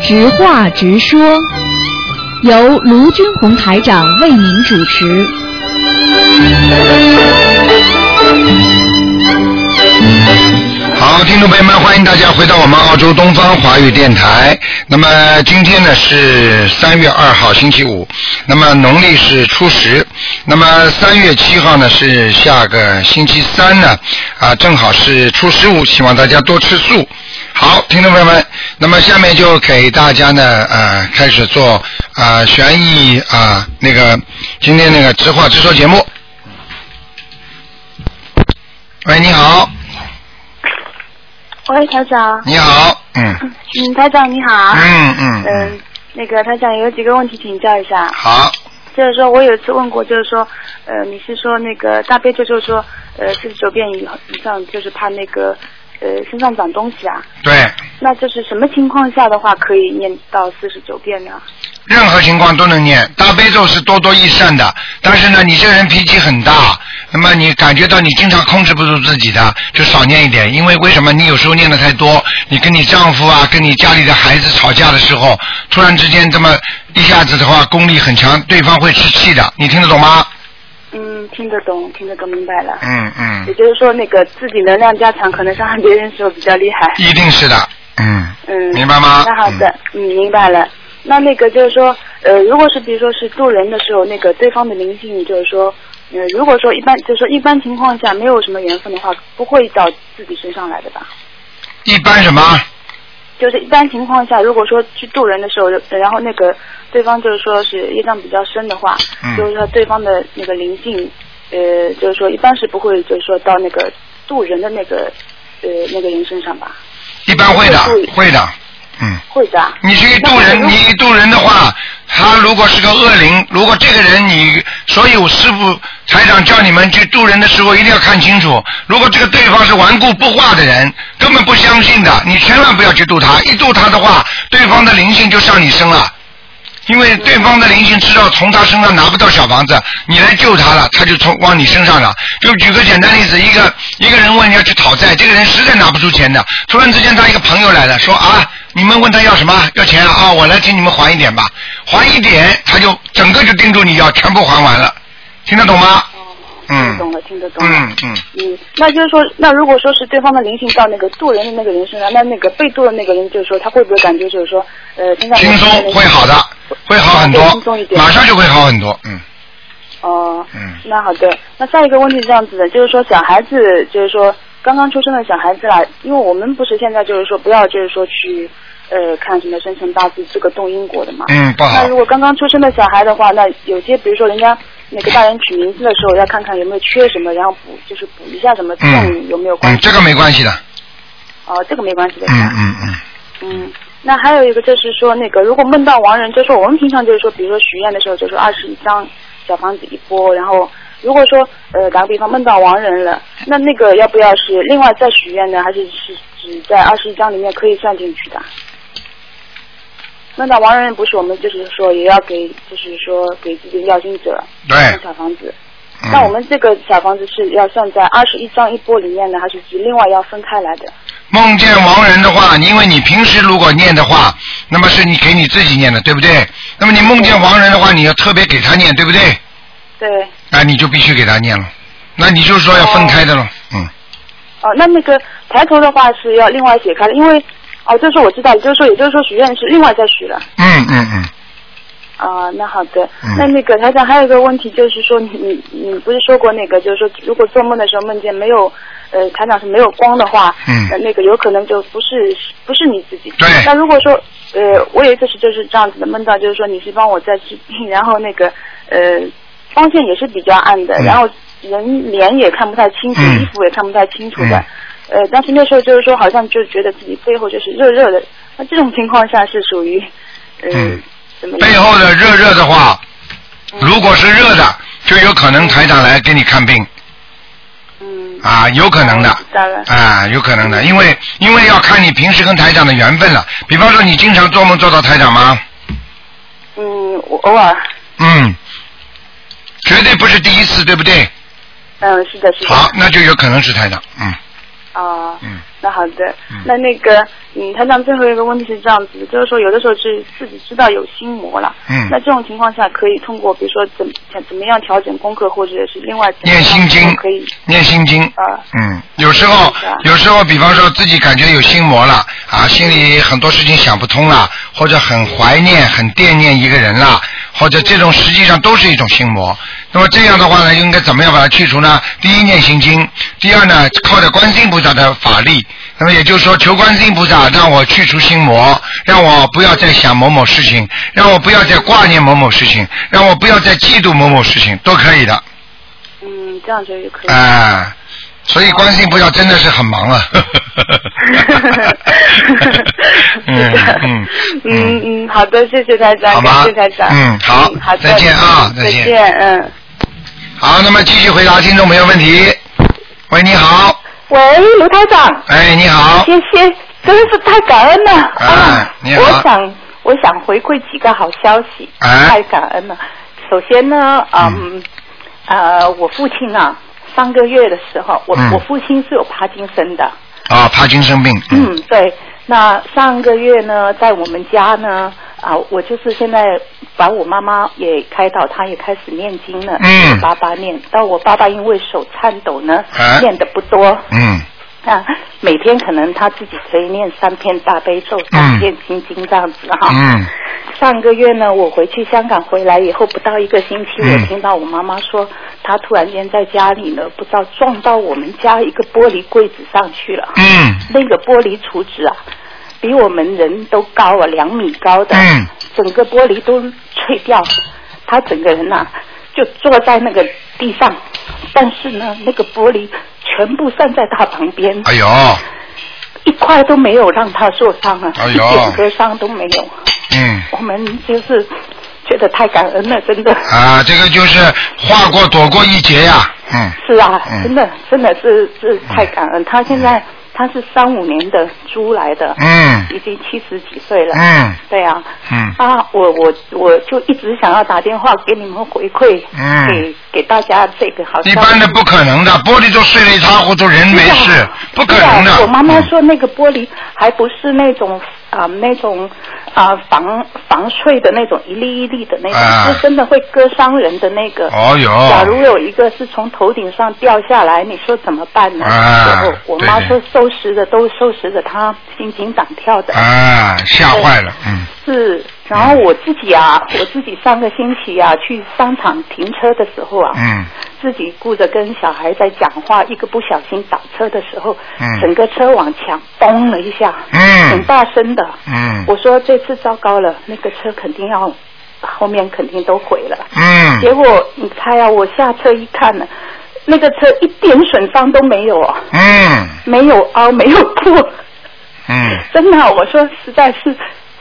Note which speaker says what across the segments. Speaker 1: 直话直说，由卢军红台长为您主持。
Speaker 2: 好，听众朋友们，欢迎大家回到我们澳洲东方华语电台。那么今天呢是三月二号，星期五。那么农历是初十。那么三月七号呢是下个星期三呢，啊，正好是初十五，希望大家多吃素。好，听众朋友们，那么下面就给大家呢，呃，开始做啊悬疑啊那个今天那个直话直说节目。喂，你好，
Speaker 3: 喂，台长，
Speaker 2: 你好，嗯
Speaker 3: 嗯，台长你好，
Speaker 2: 嗯嗯嗯
Speaker 3: 嗯，，那个台长有几个问题请教一下，
Speaker 2: 好，
Speaker 3: 就是说我有一次问过，就是说，呃，你是说那个大悲咒，就是说，呃，四十九遍以以上，就是怕那个，呃，身上长东西啊，
Speaker 2: 对，
Speaker 3: 那就是什么情况下的话可以念到四十九遍呢？
Speaker 2: 任何情况都能念。大悲咒是多多益善的，但是呢，你这个人脾气很大，那么你感觉到你经常控制不住自己的，就少念一点。因为为什么？你有时候念的太多，你跟你丈夫啊，跟你家里的孩子吵架的时候，突然之间这么一下子的话，功力很强，对方会吃气的。你听得懂吗？
Speaker 3: 嗯，听得懂，听得懂，明白了。
Speaker 2: 嗯
Speaker 3: 也
Speaker 2: 嗯，
Speaker 3: 就是说，那个自己能量加强，可能伤害别人的时候比较厉害。
Speaker 2: 一定是的。嗯，
Speaker 3: 嗯，
Speaker 2: 明白吗？
Speaker 3: 那好的，嗯，明白了。那那个就是说，呃，如果是比如说是渡人的时候，那个对方的灵性就是说，呃，如果说一般就是说一般情况下没有什么缘分的话，不会到自己身上来的吧？
Speaker 2: 嗯。一般什么？
Speaker 3: 就是一般情况下，如果说去渡人的时候，呃然后那个对方就是说是业障比较深的话，
Speaker 2: 嗯
Speaker 3: 就是说对方的那个灵性，呃，就是说一般是不会就是说到那个渡人的那个呃那个人身上吧？
Speaker 2: 一般会的
Speaker 3: 会，
Speaker 2: 会的。嗯。
Speaker 3: 会的啊。
Speaker 2: 你去渡人，你一渡人的话，他如果是个恶灵，如果这个人你，所以我师傅台长叫你们去渡人的时候一定要看清楚，如果这个对方是顽固不化的人，根本不相信的，你千万不要去渡他，一渡他的话，对方的灵性就上你身了。因为对方的灵性知道从他身上拿不到小房子，你来救他了，他就从往你身上了。就举个简单例子，一个一个人问要去讨债，这个人实在拿不出钱的，突然之间他一个朋友来了，说啊，你们问他要什么？要钱啊？啊我来替你们还一点吧，还一点他就整个就盯住你要，全部还完了，听得懂吗？
Speaker 3: 听得
Speaker 2: 嗯
Speaker 3: 懂了，听得懂了。
Speaker 2: 嗯嗯，
Speaker 3: 嗯，那就是说，那如果说是对方的灵性到那个渡人的那个人身上，那那个被渡的那个人，就是说他会不会感觉就是说，呃，身上
Speaker 2: 轻松会好的，会好很
Speaker 3: 会
Speaker 2: 多
Speaker 3: 轻松一，点
Speaker 2: 马上就会好很多，嗯
Speaker 3: 哦、
Speaker 2: 嗯。
Speaker 3: 那好的，那下一个问题是这样子的，就是说小孩子，就是说刚刚出生的小孩子啦，因为我们不是现在就是说不要就是说去呃看什么生辰八字这个动因果的嘛。
Speaker 2: 嗯，不好
Speaker 3: 那。如果刚刚出生的小孩的话，那有些比如说人家那个大人取名字的时候，要看看有没有缺什么，然后补就是补一下什么，这种有没有关
Speaker 2: 嗯，
Speaker 3: 系？
Speaker 2: 这个没关系的，
Speaker 3: 哦，这个没关系的。
Speaker 2: 嗯
Speaker 3: 是吧
Speaker 2: 嗯嗯，
Speaker 3: 嗯，那还有一个就是说，那个如果梦到亡人，就是我们平常就是说，比如说许愿的时候，就是二十一张小房子一波，然后如果说呃打个比方梦到亡人了，那那个要不要是另外再许愿呢？还是是只在二十一张里面可以算进去的？梦到亡人不是我们就是说也要给，就是说给自己要经者
Speaker 2: 对
Speaker 3: 送。小房子。
Speaker 2: 哎嗯
Speaker 3: 那我们这个小房子是要算在二十一张一波里面呢，还是另外要分开来的？
Speaker 2: 梦见亡人的话，因为你平时如果念的话，那么是你给你自己念的，对不对？那么你梦见亡人的话，你要特别给他念，对不对？
Speaker 3: 对。
Speaker 2: 那你就必须给他念了，那你就说要分开的了，嗯，
Speaker 3: 哦，那那个抬头的话是要另外解开的，因为哦，这是我知道的，就是说，也就是说许愿是另外再许了。
Speaker 2: 嗯嗯嗯，
Speaker 3: 啊、那好的。
Speaker 2: 嗯
Speaker 3: 那那个台长还有一个问题，就是说你你你不是说过那个，就是说如果做梦的时候梦见没有，呃，台长是没有光的话，
Speaker 2: 嗯
Speaker 3: 呃那个有可能就不是不是你自己。
Speaker 2: 对
Speaker 3: 那如果说呃，我有一次是就是这样子的梦到，就是说你是帮我在治病， 然后那个呃光线也是比较暗的，
Speaker 2: 嗯
Speaker 3: 然后人脸也看不太清楚，
Speaker 2: 嗯
Speaker 3: 衣服也看不太清楚的。
Speaker 2: 嗯
Speaker 3: 呃，但是那时候就是说，好像就觉得自己背后就是热热的。那这种情况下是属于，呃，
Speaker 2: 嗯
Speaker 3: 怎么样
Speaker 2: 背后的热热的话，
Speaker 3: 嗯
Speaker 2: 如果是热的，就有可能台长来给你看病
Speaker 3: 嗯，
Speaker 2: 啊，有可能的。
Speaker 3: 知道了。
Speaker 2: 啊，有可能的，因为因为要看你平时跟台长的缘分了。比方说，你经常做梦做到台长吗？
Speaker 3: 嗯，我偶尔，
Speaker 2: 嗯，绝对不是第一次，对不对？
Speaker 3: 嗯，是的，是的。
Speaker 2: 好，那就有可能是台长。嗯
Speaker 3: 啊、
Speaker 2: 嗯，
Speaker 3: 那好的
Speaker 2: 嗯，
Speaker 3: 那那个
Speaker 4: 嗯，台长，最后一个问题是这样子，就是说有的时候是自己知道有心魔了，
Speaker 2: 嗯
Speaker 4: 那这种情况下可以通过比如说怎么怎么样调整功课，或者是另外怎么
Speaker 2: 念
Speaker 4: 样
Speaker 2: 心经
Speaker 4: 哦可以，
Speaker 2: 念心经。
Speaker 4: 啊，
Speaker 2: 嗯，有时候
Speaker 4: 是啊
Speaker 2: 有时候，比方说自己感觉有心魔了啊，心里很多事情想不通了，或者很怀念、很惦念一个人了，或者这种实际上都是一种心魔。那么这样的话呢，应该怎么样把它去除呢？第一，念心经；第二呢，靠着观世音菩萨的法力。那么也就是说，求观世音菩萨让我去除心魔，让我不要再想某某事情，让我不要再挂念某某事情，让我不要再嫉妒某某事情，都可以的。
Speaker 4: 嗯，这样就可以。
Speaker 2: 哎，所以观世音菩萨真的是很忙 啊。 嗯嗯
Speaker 4: 嗯嗯，好的，谢谢台
Speaker 2: 好
Speaker 4: 长，感
Speaker 2: 吗
Speaker 4: 谢台长。
Speaker 2: 嗯好
Speaker 4: 好的，
Speaker 2: 再见啊再
Speaker 4: 再
Speaker 2: 见
Speaker 4: 见，嗯。
Speaker 2: 好，那么继续回答听众朋友问题。喂，你好，
Speaker 3: 喂，卢台长，
Speaker 2: 哎，你好，
Speaker 3: 谢谢，真是太感恩了。啊
Speaker 2: 哎你好
Speaker 3: 我想我想回馈几个好消息，
Speaker 2: 哎
Speaker 3: 太感恩了。首先呢，嗯，呃，我父亲啊，三个月的时候，我、
Speaker 2: 嗯
Speaker 3: 我父亲是有帕金森的，
Speaker 2: 啊、帕金森病，嗯
Speaker 3: 嗯，对。那上个月呢，在我们家呢，啊，我就是现在把我妈妈也开导，她也开始念经了，
Speaker 2: 嗯
Speaker 3: 爸爸念。但我爸爸因为手颤抖呢，
Speaker 2: 哎
Speaker 3: 念的不多，
Speaker 2: 嗯
Speaker 3: 啊，每天可能他自己可以念三篇大悲咒，三篇心经这样子哈。
Speaker 2: 嗯
Speaker 3: 上个月呢，我回去香港回来以后不到一个星期，
Speaker 2: 嗯
Speaker 3: 我听到我妈妈说，她突然间在家里呢，不知道撞到我们家一个玻璃柜子上去了。
Speaker 2: 嗯
Speaker 3: 那个玻璃橱子啊，比我们人都高啊，两米高的，
Speaker 2: 嗯
Speaker 3: 整个玻璃都碎掉，他整个人呐、啊就坐在那个地上，但是呢，那个玻璃全部散在他旁边，
Speaker 2: 哎呦，
Speaker 3: 一块都没有让他受伤啊，
Speaker 2: 哎呦
Speaker 3: 一点割伤都没有。
Speaker 2: 嗯
Speaker 3: 我们就是觉得太感恩了，真的。
Speaker 2: 啊，这个就是划过躲过一劫呀、嗯
Speaker 3: 是啊，
Speaker 2: 嗯
Speaker 3: 真的，真的是是太感恩。他现在他是三五年的猪来的，
Speaker 2: 嗯
Speaker 3: 已经七十几岁了。
Speaker 2: 嗯
Speaker 3: 对啊，
Speaker 2: 嗯
Speaker 3: 啊，我我我就一直想要打电话给你们回馈，
Speaker 2: 嗯
Speaker 3: 给给大家这个好消息。
Speaker 2: 一般的不可能的，玻璃都碎了一塌糊涂，人没
Speaker 3: 是
Speaker 2: 事
Speaker 3: 啊，
Speaker 2: 不可能
Speaker 3: 是啊
Speaker 2: 的。嗯
Speaker 3: 我妈妈说那个玻璃还不是那种啊、那种啊、防防碎的那种一粒一粒的那种，
Speaker 2: 啊
Speaker 3: 是真的会割伤人的那个。
Speaker 2: 哦哟
Speaker 3: 假如有一个是从头顶上掉下来，你说怎么办呢？
Speaker 2: 啊
Speaker 3: 我我妈
Speaker 2: 对
Speaker 3: 说收拾的都收拾的，她心惊胆跳的。
Speaker 2: 啊，吓坏了，嗯
Speaker 3: 是，然后我自己啊，我自己上个星期啊去商场停车的时候啊，
Speaker 2: 嗯
Speaker 3: 自己顾着跟小孩在讲话，一个不小心倒车的时候，
Speaker 2: 嗯
Speaker 3: 整个车往墙嘣了一下，
Speaker 2: 嗯
Speaker 3: 很大声的。
Speaker 2: 嗯
Speaker 3: 我说这次糟糕了，那个车肯定要后面肯定都毁了。
Speaker 2: 嗯
Speaker 3: 结果你猜啊，我下车一看呢，那个车一点损伤都没有，啊，
Speaker 2: 嗯
Speaker 3: 没有凹，没有破，
Speaker 2: 嗯
Speaker 3: 真的啊、我说实在是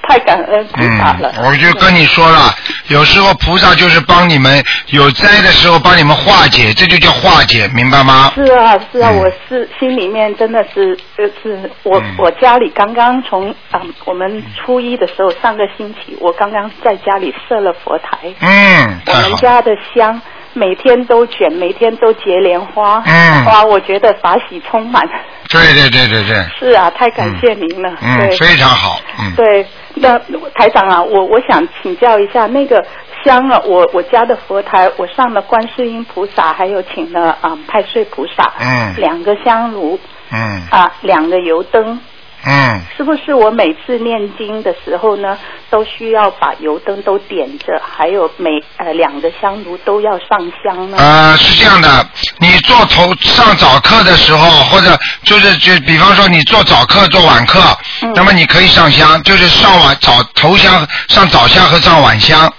Speaker 3: 太感恩菩萨了。
Speaker 2: 嗯，我就跟你说了，有时候菩萨就是帮你们有灾的时候帮你们化解，这就叫化解，明白吗？
Speaker 3: 是啊，是啊，
Speaker 2: 嗯
Speaker 3: 我是心里面真的是，就是我、
Speaker 2: 嗯
Speaker 3: 我家里刚刚从啊、我们初一的时候，上个星期我刚刚在家里设了佛台，
Speaker 2: 嗯，
Speaker 3: 我
Speaker 2: 太
Speaker 3: 们
Speaker 2: 好。
Speaker 3: 家的香每天都卷，每天都结莲花，
Speaker 2: 嗯
Speaker 3: 哇，我觉得法喜充满。
Speaker 2: 对对对对对，
Speaker 3: 是啊，太感谢您了，
Speaker 2: 嗯，
Speaker 3: 对。
Speaker 2: 非常好，嗯，
Speaker 3: 对，那台长啊，我我想请教一下那个香啊，我我家的佛台，我上了观世音菩萨，还有请了啊、太岁菩萨，
Speaker 2: 嗯
Speaker 3: 两个香炉
Speaker 2: 嗯
Speaker 3: 啊、两个油灯，
Speaker 2: 嗯，
Speaker 3: 是不是我每次念经的时候呢，都需要把油灯都点着，还有每呃两个香炉都要上香呢？
Speaker 2: 呃，是这样的，你做头上早课的时候，或者就是就比方说你做早课做晚课，
Speaker 3: 嗯
Speaker 2: 那么你可以上香，就是上晚早头香上早香和上晚香，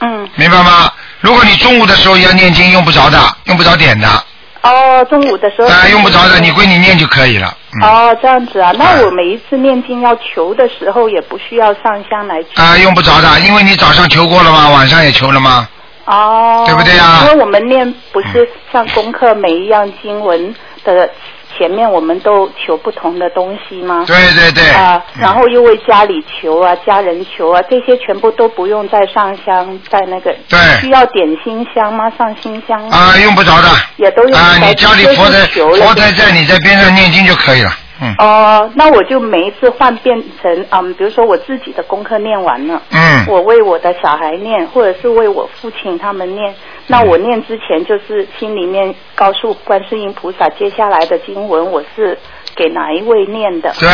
Speaker 3: 嗯，
Speaker 2: 明白吗？如果你中午的时候要念经，用不着的，用不着点的，啊、
Speaker 3: 哦，中午的时候嗯
Speaker 2: 用不着的，你归你念就可以了。嗯、
Speaker 3: 哦，这样子啊，
Speaker 2: 哎
Speaker 3: 那我每一次念经要求的时候，也不需要上香来求。
Speaker 2: 啊、用不着的，因为你早上求过了嘛，晚上也求了嘛。
Speaker 3: 哦，
Speaker 2: 对不对啊
Speaker 3: 因为我们念不是像功课每一样经文的前面我们都求不同的东西吗？
Speaker 2: 对对对。
Speaker 3: 啊、
Speaker 2: 嗯
Speaker 3: 然后又为家里求啊、家人求啊，这些全部都不用再上香，在那个
Speaker 2: 对
Speaker 3: 需要点心香吗？上心香吗？
Speaker 2: 啊、用不着的。
Speaker 3: 也都用
Speaker 2: 啊、
Speaker 3: 不着
Speaker 2: 你家里佛台
Speaker 3: 就是求了
Speaker 2: 佛台在你在边上念经就可以了。嗯
Speaker 3: 哦，那我就每一次换变成，嗯，比如说我自己的功课念完了，
Speaker 2: 嗯
Speaker 3: 我为我的小孩念，或者是为我父亲他们
Speaker 2: 嗯
Speaker 3: 念。那我念之前，就是心里面告诉观世音菩萨，接下来的经文我是给哪一位念的，
Speaker 2: 对，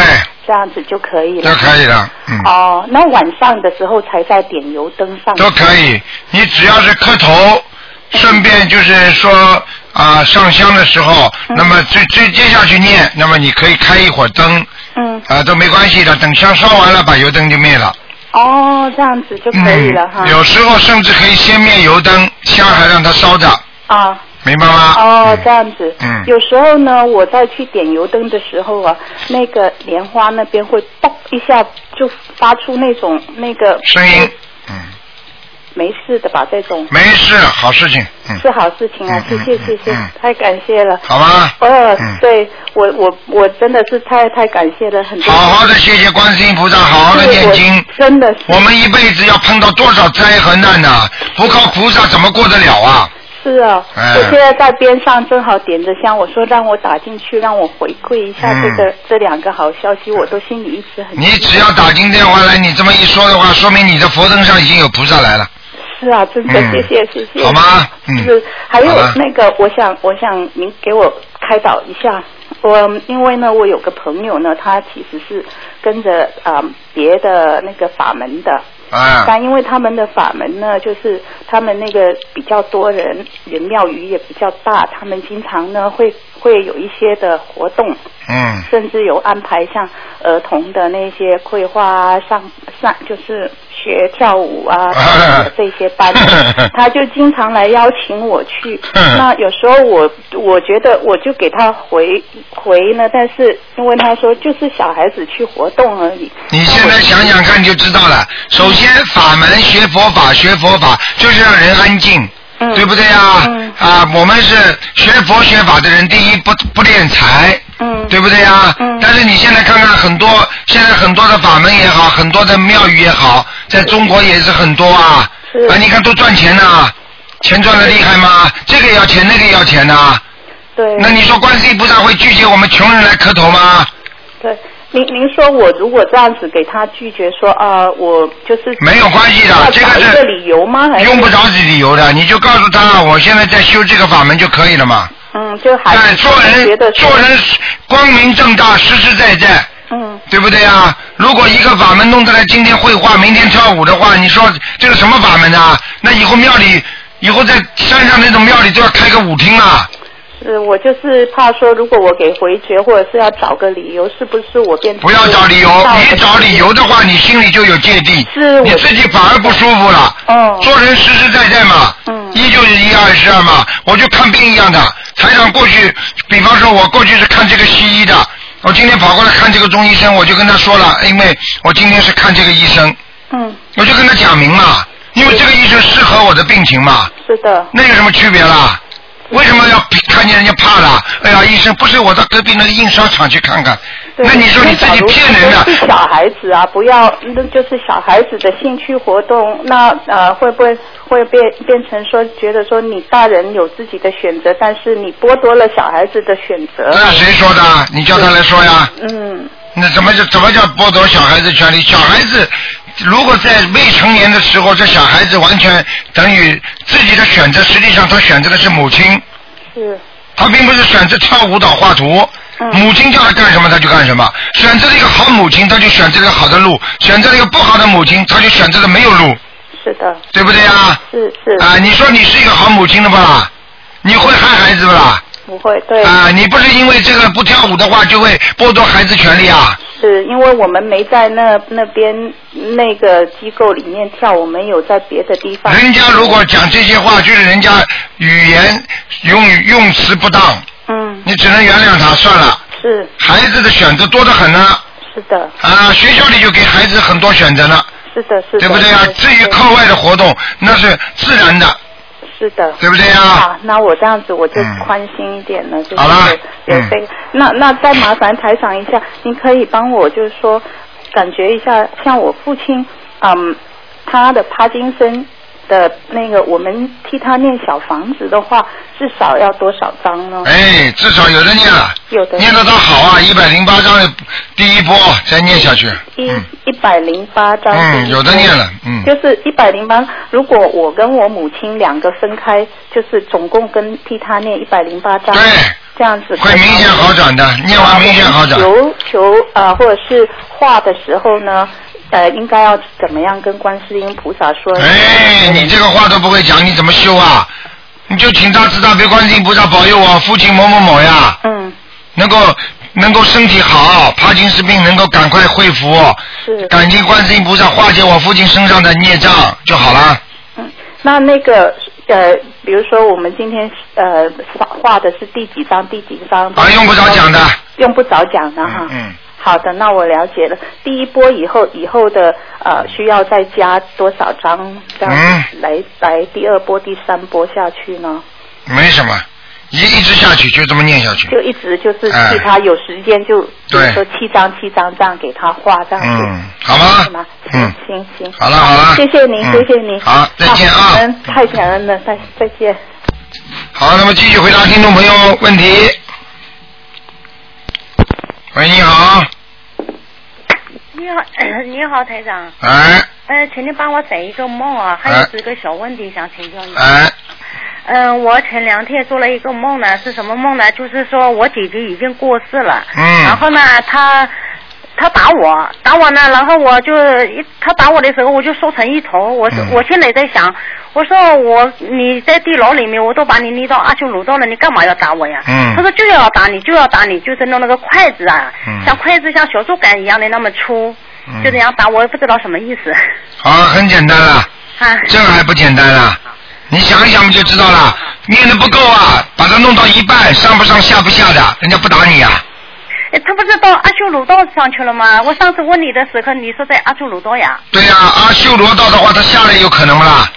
Speaker 3: 这样子就可以
Speaker 2: 都。
Speaker 3: 了
Speaker 2: 可以了，嗯，
Speaker 3: 哦，那晚上的时候才在点油灯上。
Speaker 2: 都可以。你只要是磕头，顺便就是说啊、上香的时候，那么直直接下去念，那么你可以开一会儿灯，
Speaker 3: 嗯，
Speaker 2: 啊、都没关系的。等香烧完了，把油灯就灭了。
Speaker 3: 哦，这样子就可以了、哈
Speaker 2: 嗯。。有时候甚至可以先灭油灯，香还让它烧着，
Speaker 3: 啊。
Speaker 2: 明白吗？
Speaker 3: 哦
Speaker 2: 嗯，
Speaker 3: 这样子。
Speaker 2: 嗯
Speaker 3: 有时候呢，我在去点油灯的时候啊，那个莲花那边会嘣一下就发出那种那个
Speaker 2: 声音，嗯，
Speaker 3: 没事的吧？这种
Speaker 2: 没事，好事情，嗯，
Speaker 3: 是好事情啊！谢
Speaker 2: 嗯
Speaker 3: 谢
Speaker 2: 嗯
Speaker 3: 谢谢
Speaker 2: 嗯，
Speaker 3: 太感谢了。
Speaker 2: 好吧。
Speaker 3: 呃
Speaker 2: 嗯，
Speaker 3: 对我我我真的是太太感谢了，很多。
Speaker 2: 好好的谢谢观世音菩萨，好好的
Speaker 3: 对
Speaker 2: 念
Speaker 3: 我
Speaker 2: 经。
Speaker 3: 真的是
Speaker 2: 我们一辈子要碰到多少灾和难呐、不靠菩萨怎么过得了啊？
Speaker 3: 是啊，
Speaker 2: 哎
Speaker 3: 我现在在边上正好点着香，我说让我打进去，让我回馈一下这个、
Speaker 2: 嗯
Speaker 3: 这两个好消息，我都心里一直很
Speaker 2: 你只要打进电话来，你这么一说的话，说明你的佛灯上已经有菩萨来了。
Speaker 3: 是啊，真的，
Speaker 2: 嗯
Speaker 3: 谢谢谢谢，
Speaker 2: 好吗嗯
Speaker 3: 是，还有
Speaker 2: 好了
Speaker 3: 那个，我想我想您给我开导一下，我因为呢，我有个朋友呢，他其实是跟着啊、别的那个法门的，
Speaker 2: 啊、
Speaker 3: 但因为他们的法门呢，就是他们那个比较多人，人庙宇也比较大，他们经常呢会会有一些的活动，
Speaker 2: 嗯
Speaker 3: 甚至有安排像儿童的那些绘画啊、上上就是学跳舞 啊这些班，他就经常来邀请我去。
Speaker 2: 嗯
Speaker 3: 那有时候我我觉得我就给他回回呢，但是因为他说就是小孩子去活动而已，
Speaker 2: 你现在想想看就知道了。首先，法门学佛法，学佛法就是让人安静，
Speaker 3: 嗯
Speaker 2: 对不对啊？
Speaker 3: 嗯
Speaker 2: 啊，我们是学佛学法的人，第一不不敛财，
Speaker 3: 嗯，
Speaker 2: 对不对呀？
Speaker 3: 嗯
Speaker 2: 但是你现在看看很多，现在很多的法门也好，很多的庙宇也好，在中国也是很多啊。
Speaker 3: 是
Speaker 2: 啊，你看都赚钱呐、钱赚的厉害吗？
Speaker 3: 嗯
Speaker 2: 这个也要钱，那个也要钱呐、
Speaker 3: 对。
Speaker 2: 那你说观世音菩萨会拒绝我们穷人来磕头吗？
Speaker 3: 对，您您说我如果这样子给他拒绝说啊、我就是
Speaker 2: 没有关系的
Speaker 3: 要
Speaker 2: 这个
Speaker 3: 找一
Speaker 2: 是
Speaker 3: 个理由吗？还是
Speaker 2: 用不着你理由的，你就告诉他，我现在在修这个法门就可以了嘛。
Speaker 3: 嗯，就还
Speaker 2: 对，
Speaker 3: 是
Speaker 2: 做
Speaker 3: 觉
Speaker 2: 人
Speaker 3: 得说
Speaker 2: 做人光明正大，实实在在。
Speaker 3: 嗯
Speaker 2: 对不对啊？如果一个法门弄得来今天绘画，明天跳舞的话，你说这个什么法门啊？那以后庙里，以后在山上那种庙里都要开个舞厅啊！
Speaker 3: 是我就是怕说如果我给回绝或者是要找个理由，是不是我变成
Speaker 2: 不要找理由，
Speaker 3: 到
Speaker 2: 你找理由的话，你心里就有芥蒂
Speaker 3: 是，我
Speaker 2: 你自己反而不舒服了。
Speaker 3: 哦
Speaker 2: 做人实实在在嘛，
Speaker 3: 嗯
Speaker 2: 一就是一，二是二嘛。我就看病一样的，台长过去，比方说我过去是看这个西医的，我今天跑过来看这个中医生，我就跟他说了，因为我今天是看这个医生，
Speaker 3: 嗯，
Speaker 2: 我就跟他讲明了，因为这个医生适合我的病情嘛，
Speaker 3: 是的，
Speaker 2: 那有什么区别啦？为什么要看见人家怕啦？哎呀，医生不是我到隔壁那个印刷厂去看看？
Speaker 3: 对
Speaker 2: 那你说你自己骗人
Speaker 3: 那假如说是小
Speaker 2: 的？
Speaker 3: 孩子啊，不要，那就是小孩子的兴趣活动，那呃会不会会变变成说，觉得说你大人有自己的选择，但是你剥夺了小孩子的选择。
Speaker 2: 那谁说的？啊你叫他来说呀。
Speaker 3: 嗯，
Speaker 2: 那怎么叫怎么叫剥夺小孩子权利？小孩子如果在未成年的时候，这小孩子完全等于自己的选择，实际上他选择的是母亲，
Speaker 3: 是，
Speaker 2: 他并不是选择跳舞蹈画图。
Speaker 3: 嗯
Speaker 2: 母亲叫他干什么他就干什么，选择了一个好母亲他就选择了好的路，选择了一个不好的母亲他就选择了没有路，
Speaker 3: 是的，
Speaker 2: 对不对啊？
Speaker 3: 是是，
Speaker 2: 啊，你说你是一个好母亲的不啦？你会害孩子不啦？
Speaker 3: 不会，对，
Speaker 2: 啊，你不是因为这个不跳舞的话就会剥夺孩子权利啊？
Speaker 3: 是因为我们没在那那边那个机构里面跳，我们有在别的地方。
Speaker 2: 人家如果讲这些话，就是人家语言用语用词不当，
Speaker 3: 嗯，
Speaker 2: 你只能原谅他算了。
Speaker 3: 是
Speaker 2: 孩子的选择多得很呢，
Speaker 3: 是的，
Speaker 2: 啊，学校里就给孩子很多选择了，
Speaker 3: 是的，是的，
Speaker 2: 对不对啊？
Speaker 3: 是
Speaker 2: 至于
Speaker 3: 是
Speaker 2: 课外的活动，那是自然的，
Speaker 3: 是的，
Speaker 2: 对不对啊？
Speaker 3: 啊，那我这样子我就
Speaker 2: 嗯
Speaker 3: 宽心一点了，就是
Speaker 2: 好啦
Speaker 3: 有
Speaker 2: 嗯
Speaker 3: 这个。那那再麻烦台长一下，您可以帮我就是说，感觉一下，像我父亲，嗯，他的帕金森的那个，我们替他念小房子的话，至少要多少张呢？
Speaker 2: 哎，至少有的念了，
Speaker 3: 有的
Speaker 2: 念得到好啊，一百零八章第一波再念下去，
Speaker 3: 一一百零八张。
Speaker 2: 嗯，有的念了，嗯，
Speaker 3: 就是一百零八。如果我跟我母亲两个分开，就是总共跟替他念一百零八张。
Speaker 2: 对。
Speaker 3: 这样子
Speaker 2: 会明显好转的，念完明显好转。
Speaker 3: 求求啊、呃，或者是画的时候呢，呃，应该要怎么样跟观世音菩萨说？
Speaker 2: 哎，你这个话都不会讲，你怎么修啊？你就请大慈大悲观世音菩萨保佑我父亲某某某呀，
Speaker 3: 嗯，
Speaker 2: 能够能够身体好，帕金斯病能够赶快恢复，
Speaker 3: 是。
Speaker 2: 感激观世音菩萨化解我父亲身上的孽障就好了。
Speaker 3: 嗯，那那个呃，比如说我们今天呃画画的是第几章？第几章？
Speaker 2: 啊，用不着讲的。
Speaker 3: 用不着讲的哈。
Speaker 2: 嗯。
Speaker 3: 好的，那我了解了。第一波以后，以后的呃，需要再加多少张这样
Speaker 2: 嗯
Speaker 3: 来、来第二波、第三波下去呢？
Speaker 2: 没什么，一一直下去就这么念下去。
Speaker 3: 就一直就是
Speaker 2: 哎
Speaker 3: 替他有时间就，比
Speaker 2: 嗯对
Speaker 3: 如说七张七张这样给他画这样子，
Speaker 2: 嗯，好吗
Speaker 3: 是吗？？
Speaker 2: 嗯
Speaker 3: 行，行行，
Speaker 2: 好了好了
Speaker 3: 谢谢您，
Speaker 2: 嗯
Speaker 3: 谢谢您，
Speaker 2: 好再见啊
Speaker 3: 好我们太感恩了，再再见。
Speaker 2: 好，那么继续回答听众朋友问题。喂，你好，
Speaker 5: 你好， 你好，台长。
Speaker 2: 哎
Speaker 5: 呃，请您帮我解一个梦啊，还有几个小问题想请教你。
Speaker 2: 哎，
Speaker 5: 嗯、我前两天做了一个梦呢，是什么梦呢？就是说我姐姐已经过世了，然
Speaker 2: 嗯，
Speaker 5: 后呢，她她打我，打我呢，然后我就一她打我的时候，我就瘦成一头。我、
Speaker 2: 嗯
Speaker 5: 我现在在想，我说我你在地牢里面，我都把你拎到阿修罗道了，你干嘛要打我呀？
Speaker 2: 嗯
Speaker 5: 他说就要打你，就要打你，就是弄那个筷子啊，
Speaker 2: 嗯
Speaker 5: 像筷子像小竹竿一样的那么粗，
Speaker 2: 嗯
Speaker 5: 就这样打我，也不知道什么意 思。
Speaker 2: 好，很简单了，
Speaker 5: 啊，
Speaker 2: 这个还不简单了，你想一想不就知道了。念的不够啊，把它弄到一半，上不上下不下的，人家不打你啊。
Speaker 5: 哎他不是到阿修罗道上去了吗？我上次问你的时候，你说在阿修罗道呀？
Speaker 2: 对呀、阿修罗道的话，他下来有可能不啦？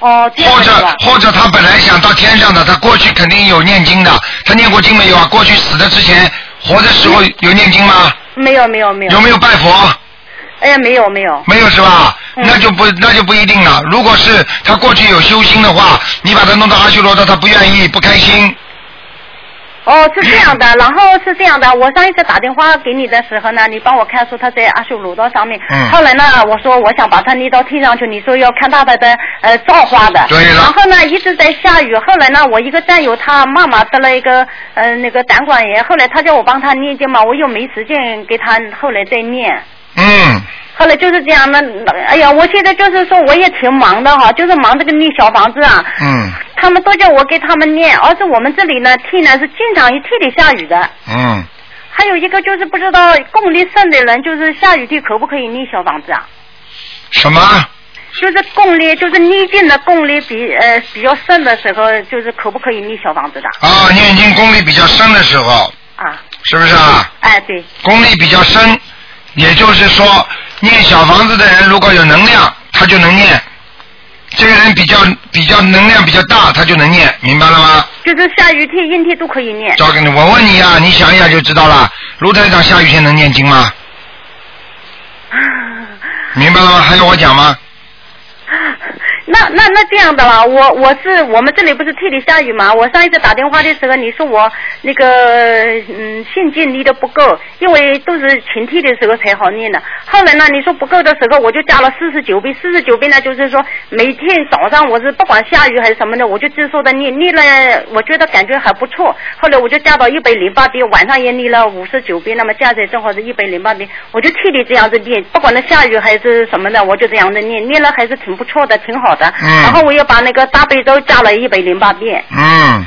Speaker 5: 哦，这样
Speaker 2: 或
Speaker 5: 子
Speaker 2: 者
Speaker 5: 吧。
Speaker 2: 或者他本来想到天上的，他过去肯定有念经的，他念过经没有啊？过去死的之前，活的时候有念经吗？
Speaker 5: 没有没有没有
Speaker 2: 有，没有拜佛？
Speaker 5: 哎呀没有没有，
Speaker 2: 没有是吧？
Speaker 5: 嗯
Speaker 2: 那就不那就不一定了。如果是他过去有修心的话，你把他弄到阿修罗道，他不愿意，不开心。
Speaker 5: 哦，是这样的，然后是这样的，我上一次打电话给你的时候呢，你帮我看说他在阿修罗道上面。
Speaker 2: 嗯
Speaker 5: 后来呢，我说我想把他立到天上去，你说要看他的的呃造化的。
Speaker 2: 对了
Speaker 5: 然后呢，一直在下雨。后来呢，我一个战友他妈妈得了一个呃那个胆管炎，后来他叫我帮他念经嘛，我又没时间给他，后来再念。
Speaker 2: 嗯，
Speaker 5: 后来就是这样，那哎呀，我现在就是说我也挺忙的哈，就是忙这个立小房子啊。
Speaker 2: 嗯
Speaker 5: 他们都叫我给他们念，而是我们这里呢天呢是经常一天里下雨的。
Speaker 2: 嗯，
Speaker 5: 还有一个就是不知道功力深的人，就是下雨天可不可以立小房子啊？
Speaker 2: 什么？
Speaker 5: 就是功力，就是逆境的功力比呃比较深的时候，就是可不可以立小房子的
Speaker 2: 啊，念经功力比较深的时候，
Speaker 5: 啊？
Speaker 2: 是不是啊？
Speaker 5: 哎，对，
Speaker 2: 功力比较深，也就是说，念小房子的人如果有能量，他就能念；这个人比较比较能量比较大，他就能念，明白了吗？
Speaker 5: 就是下雨天、阴天都可以念。
Speaker 2: 交给你，我问你啊，你想一想就知道了。卢台长下雨天能念经吗？明白了吗？还要我讲吗？
Speaker 5: 那那那这样的啦，我我是我们这里不是替你下雨嘛？我上一次打电话的时候，你说我那个嗯信件离的不够，因为都是晴天的时候才好念的。后来呢，你说不够的时候，我就加了四十九遍，四十九遍呢就是说每天早上我是不管下雨还是什么的，我就接受的念念了，我觉得感觉还不错。后来我就加到一百零八遍，晚上也念了五十九遍，那么加起来正好是一百零八遍，我就替你这样子念，不管它下雨还是什么的，我就这样子念，念了还是挺不错的，挺好的。
Speaker 2: 嗯
Speaker 5: 然后我又把那个大悲咒加了一百零八遍。
Speaker 2: 嗯，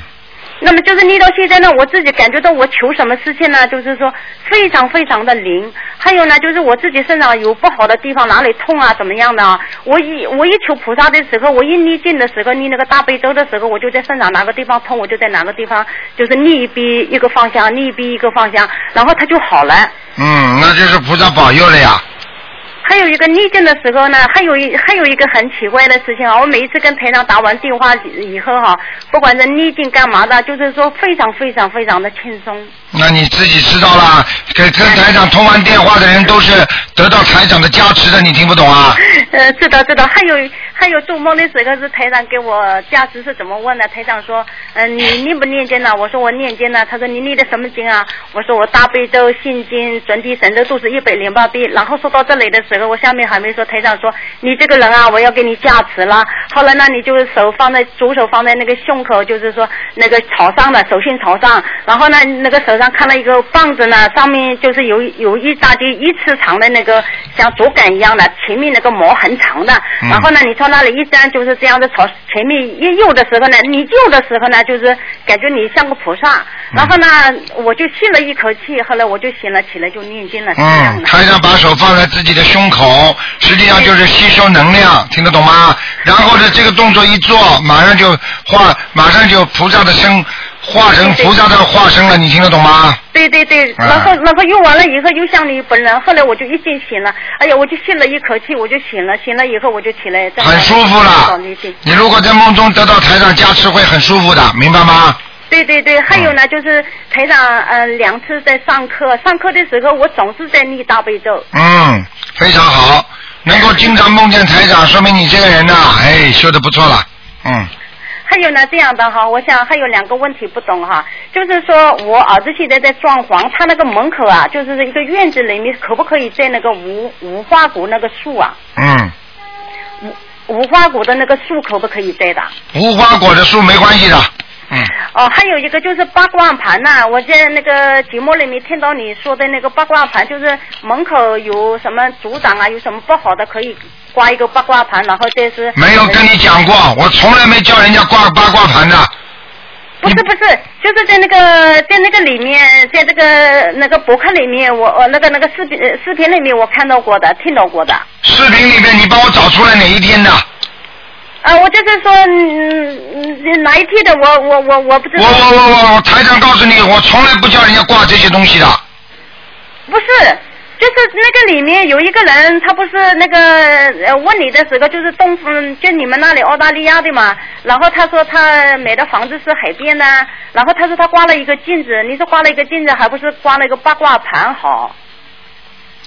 Speaker 5: 那么就是念到现在呢，我自己感觉到我求什么事情呢，就是说非常非常的灵。还有呢，就是我自己身上有不好的地方，哪里痛啊，怎么样的啊？我一我一求菩萨的时候，我一念经的时候，念那个大悲咒的时候，我就在身上哪个地方痛，我就在哪个地方就是念一遍一个方向，念一遍一个方向，然后它就好了。
Speaker 2: 嗯，那就是菩萨保佑了呀。
Speaker 5: 还有一个逆境的时候呢，还有一还有一个很奇怪的事情啊，我每一次跟台长打完电话以后哈、不管是逆境干嘛的，就是说非常非常非常的轻松。
Speaker 2: 那你自己知道啦，给跟台长通完电话的人都是得到台长的加持的，你听不懂啊？
Speaker 5: 呃，知道知道，还有还有做梦的时候是台长给我加持是怎么问的？台长说，嗯、你念不念经呢、我说我念经呢、啊他说你念的什么经啊？我说我大悲咒、心经、准提神咒都是一百零八遍。然后说到这里的时候，我下面还没说，台长说你这个人啊，我要给你加持了。后来呢，你就手放在左手放在那个胸口，就是说那个朝上的，手心朝上。然后呢，那个手上看到一个棒子呢，上面就是有有一大滴一尺长的那个像竹竿一样的，前面那个毛很长的。
Speaker 2: 嗯
Speaker 5: 然后呢，你从那里一沾就是这样的朝前面一右的时候呢，你右的时候呢，就是感觉你像个菩萨。
Speaker 2: 嗯
Speaker 5: 然后呢，我就吸了一口气，后来我就醒了起来，就念经了， 是这样
Speaker 2: 嗯，
Speaker 5: 的。
Speaker 2: 台长把手放在自己的胸口，实际上就是吸收能量，听得懂吗？然后呢，这个动作一做，马上就化，马上就菩萨的身化成菩萨的化身了，你听得懂吗？
Speaker 5: 对对对，
Speaker 2: 啊
Speaker 5: 然后然后用完了以后又像你本人，后来我就一觉醒了，哎呀，我就吸了一口气，我就醒了，醒了以后我就起来，再
Speaker 2: 很舒服
Speaker 5: 搞
Speaker 2: 了
Speaker 5: 那些。
Speaker 2: 你如果在梦中得到台长加持，会很舒服的，明白吗？
Speaker 5: 对对对，还有
Speaker 2: 嗯
Speaker 5: 呢，就是台长，呃，两次在上课，上课的时候我总是在念大悲咒。
Speaker 2: 嗯，非常好，能够经常梦见台长，说明你这个人呐、哎，修的不错了。嗯，
Speaker 5: 还有呢，这样的哈，我想还有两个问题不懂哈，就是说我儿子现在在装潢，他那个门口啊，就是一个院子里面，可不可以在那个无无花果那个树啊，
Speaker 2: 嗯，
Speaker 5: 无无花果的那个树可不可以摘的？
Speaker 2: 无花果的树没关系的。嗯，
Speaker 5: 哦，还有一个就是八卦盘呐、我在那个节目里面听到你说的那个八卦盘，就是门口有什么组长啊，有什么不好的可以挂一个八卦盘，然后这是
Speaker 2: 没有跟你讲过，我从来没叫人家挂八卦盘的。
Speaker 5: 不是不是，就是在那个在那个里面，在这个那个博客里面，我我那个那个视频呃视频里面我看到过的，听到过的。
Speaker 2: 视频里面你帮我找出来哪一天的？
Speaker 5: 啊，我就是说，嗯嗯，哪一天的我我我我不知
Speaker 2: 我
Speaker 5: 道。
Speaker 2: 我我我我台长告诉你，我从来不叫人家挂这些东西的。
Speaker 5: 不是，就是那个里面有一个人，他不是那个呃问你的时候，就是东嗯，就你们那里澳大利亚的嘛。然后他说他买的房子是海边呢、然后他说他挂了一个镜子，你说挂了一个镜子，还不是挂了一个八卦盘好？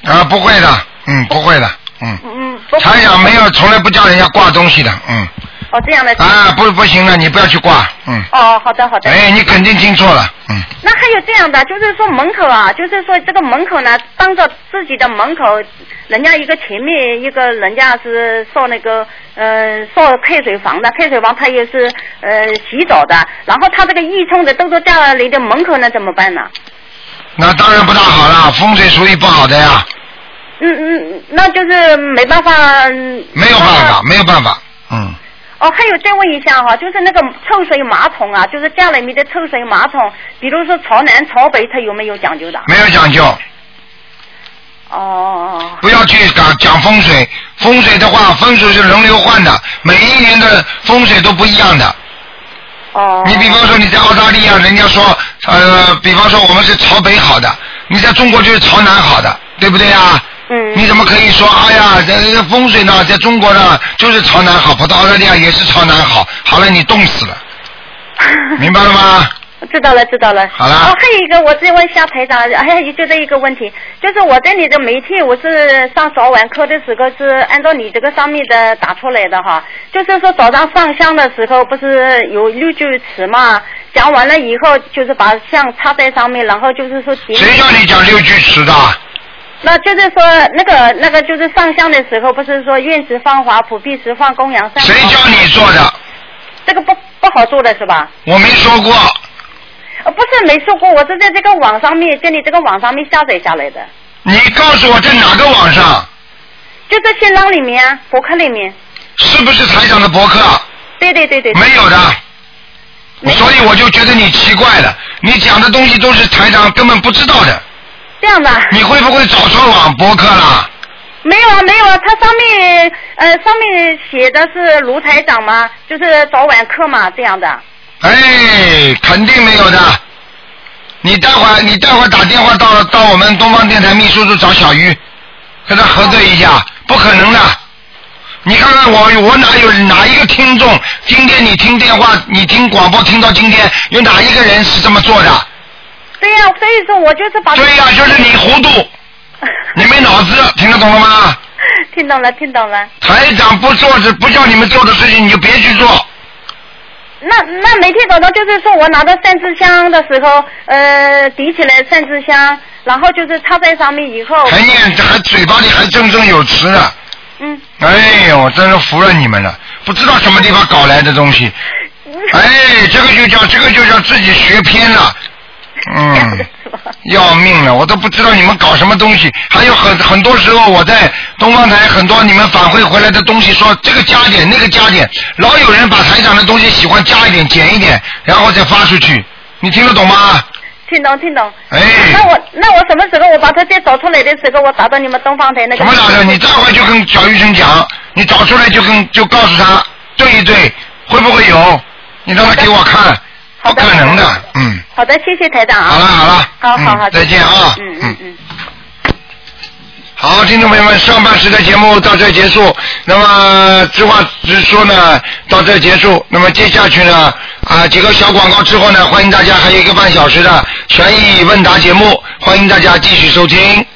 Speaker 2: 啊，不会的，嗯，不会的，嗯，
Speaker 5: 嗯，不
Speaker 2: 台长没有，从来不叫人家挂东西的，嗯，
Speaker 5: 哦这样的。
Speaker 2: 啊，不不行了，你不要去挂，嗯，
Speaker 5: 哦，好的好的。
Speaker 2: 哎，你肯定听错了，嗯，
Speaker 5: 那还有这样的，就是说门口啊，就是说这个门口呢，当着自己的门口，人家一个前面一个人家是烧那个呃烧配水房的，配水房他也是呃洗澡的，然后他这个溢冲的都是家里的门口呢，怎么办呢？
Speaker 2: 那当然不大好了，风水属于不好的呀，
Speaker 5: 嗯嗯，那就是没办法。嗯
Speaker 2: 没有办法，。没有办法，嗯，
Speaker 5: 哦，还有再问一下哈，就是那个抽水马桶啊，就是家里面的抽水马桶，比如说朝南朝北，它有没有讲究的？
Speaker 2: 没有讲究，
Speaker 5: 哦哦哦。
Speaker 2: 不要去讲讲风水，风水的话，风水是轮流换的，每一年的风水都不一样的。
Speaker 5: 哦。
Speaker 2: 你比方说你在澳大利亚，人家说，呃，比方说我们是朝北好的，你在中国就是朝南好的，对不对呀？
Speaker 5: 嗯
Speaker 2: 你怎么可以说，哎呀，这这风水呢，在中国呢就是朝南好，跑到澳大利亚也是朝南好，好了，你冻死了，明白了吗？
Speaker 5: 知道了，知道了。
Speaker 2: 好了
Speaker 5: 哦，还有一个，我再问一下台长，哎还有就这一个问题，就是我在你的媒体，我是上早晚课的时候是按照你这个上面的打出来的哈，就是说早上上香的时候不是有六句词嘛，讲完了以后就是把香插在上面，然后就是说点。
Speaker 2: 谁叫你讲六句词的？
Speaker 5: 那就是说那个那个就是上香的时候，不是说愿慈放华，普庇十方，供养三宝。
Speaker 2: 谁叫你做的？
Speaker 5: 这个不不好做的是吧？
Speaker 2: 我没说过，
Speaker 5: 呃，不是没说过，我是在这个网上面，在你这个网上面下载下来的。
Speaker 2: 你告诉我在哪个网上？
Speaker 5: 就在新浪里面啊，博客里面。
Speaker 2: 是不是台长的博客？
Speaker 5: 对对对对。对
Speaker 2: 没有的，
Speaker 5: 没有
Speaker 2: 所以我就觉得你奇怪了，你讲的东西都是台长根本不知道的，
Speaker 5: 这样的啊。
Speaker 2: 你会不会找错网博客了？
Speaker 5: 没有啊，没有啊，它上面呃上面写的是卢台长嘛，就是早晚课嘛这样的。
Speaker 2: 哎，肯定没有的。你待会儿，你待会儿打电话到到我们东方电台秘书处找小鱼，跟他核对一下，不可能的。你看看我，我哪有哪一个听众？今天你听电话，你听广播听到今天，有哪一个人是这么做的？
Speaker 5: 对呀、所以说我就是把。
Speaker 2: 对呀、就是你糊涂，你没脑子，听得懂了吗？
Speaker 5: 听懂了，听懂了。
Speaker 2: 台长不做的不叫你们做的事情，你就别去做。
Speaker 5: 哦那那没听懂的，就是说我拿到三支香的时候，呃，提起来三支香，然后就是插在上面以后，
Speaker 2: 还念还嘴巴里还振振有词呢。
Speaker 5: 嗯。
Speaker 2: 哎呦，我真是服了你们了，不知道什么地方搞来的东西。哎，这个就叫这个就叫自己学偏了。嗯， 要命了！我都不知道你们搞什么东西。还有很很多时候，我在东方台很多你们反馈回来的东西说，这个加点那个加点，老有人把台长的东西喜欢加一点减一点，然后再发出去。你听得懂吗？
Speaker 5: 听懂听懂。
Speaker 2: 哎
Speaker 5: 那我那我什么时候我把它再找出来的时候，我打到你们东方台那个。
Speaker 2: 怎么打的？你待会就跟小医生讲，你找出来就跟就告诉他对一对，会不会有？你让他给我看，不可能的，嗯。
Speaker 5: 好的，谢谢台长啊。
Speaker 2: 好了好了，
Speaker 5: 好好
Speaker 2: 嗯
Speaker 5: 好，
Speaker 2: 再见啊，
Speaker 5: 嗯
Speaker 2: 嗯嗯。好，听众朋友们，上半时的节目到这结束。那么直话直说呢，到这结束。那么接下去呢，啊，几个小广告之后呢，欢迎大家还有一个半小时的悬疑问答节目，欢迎大家继续收听。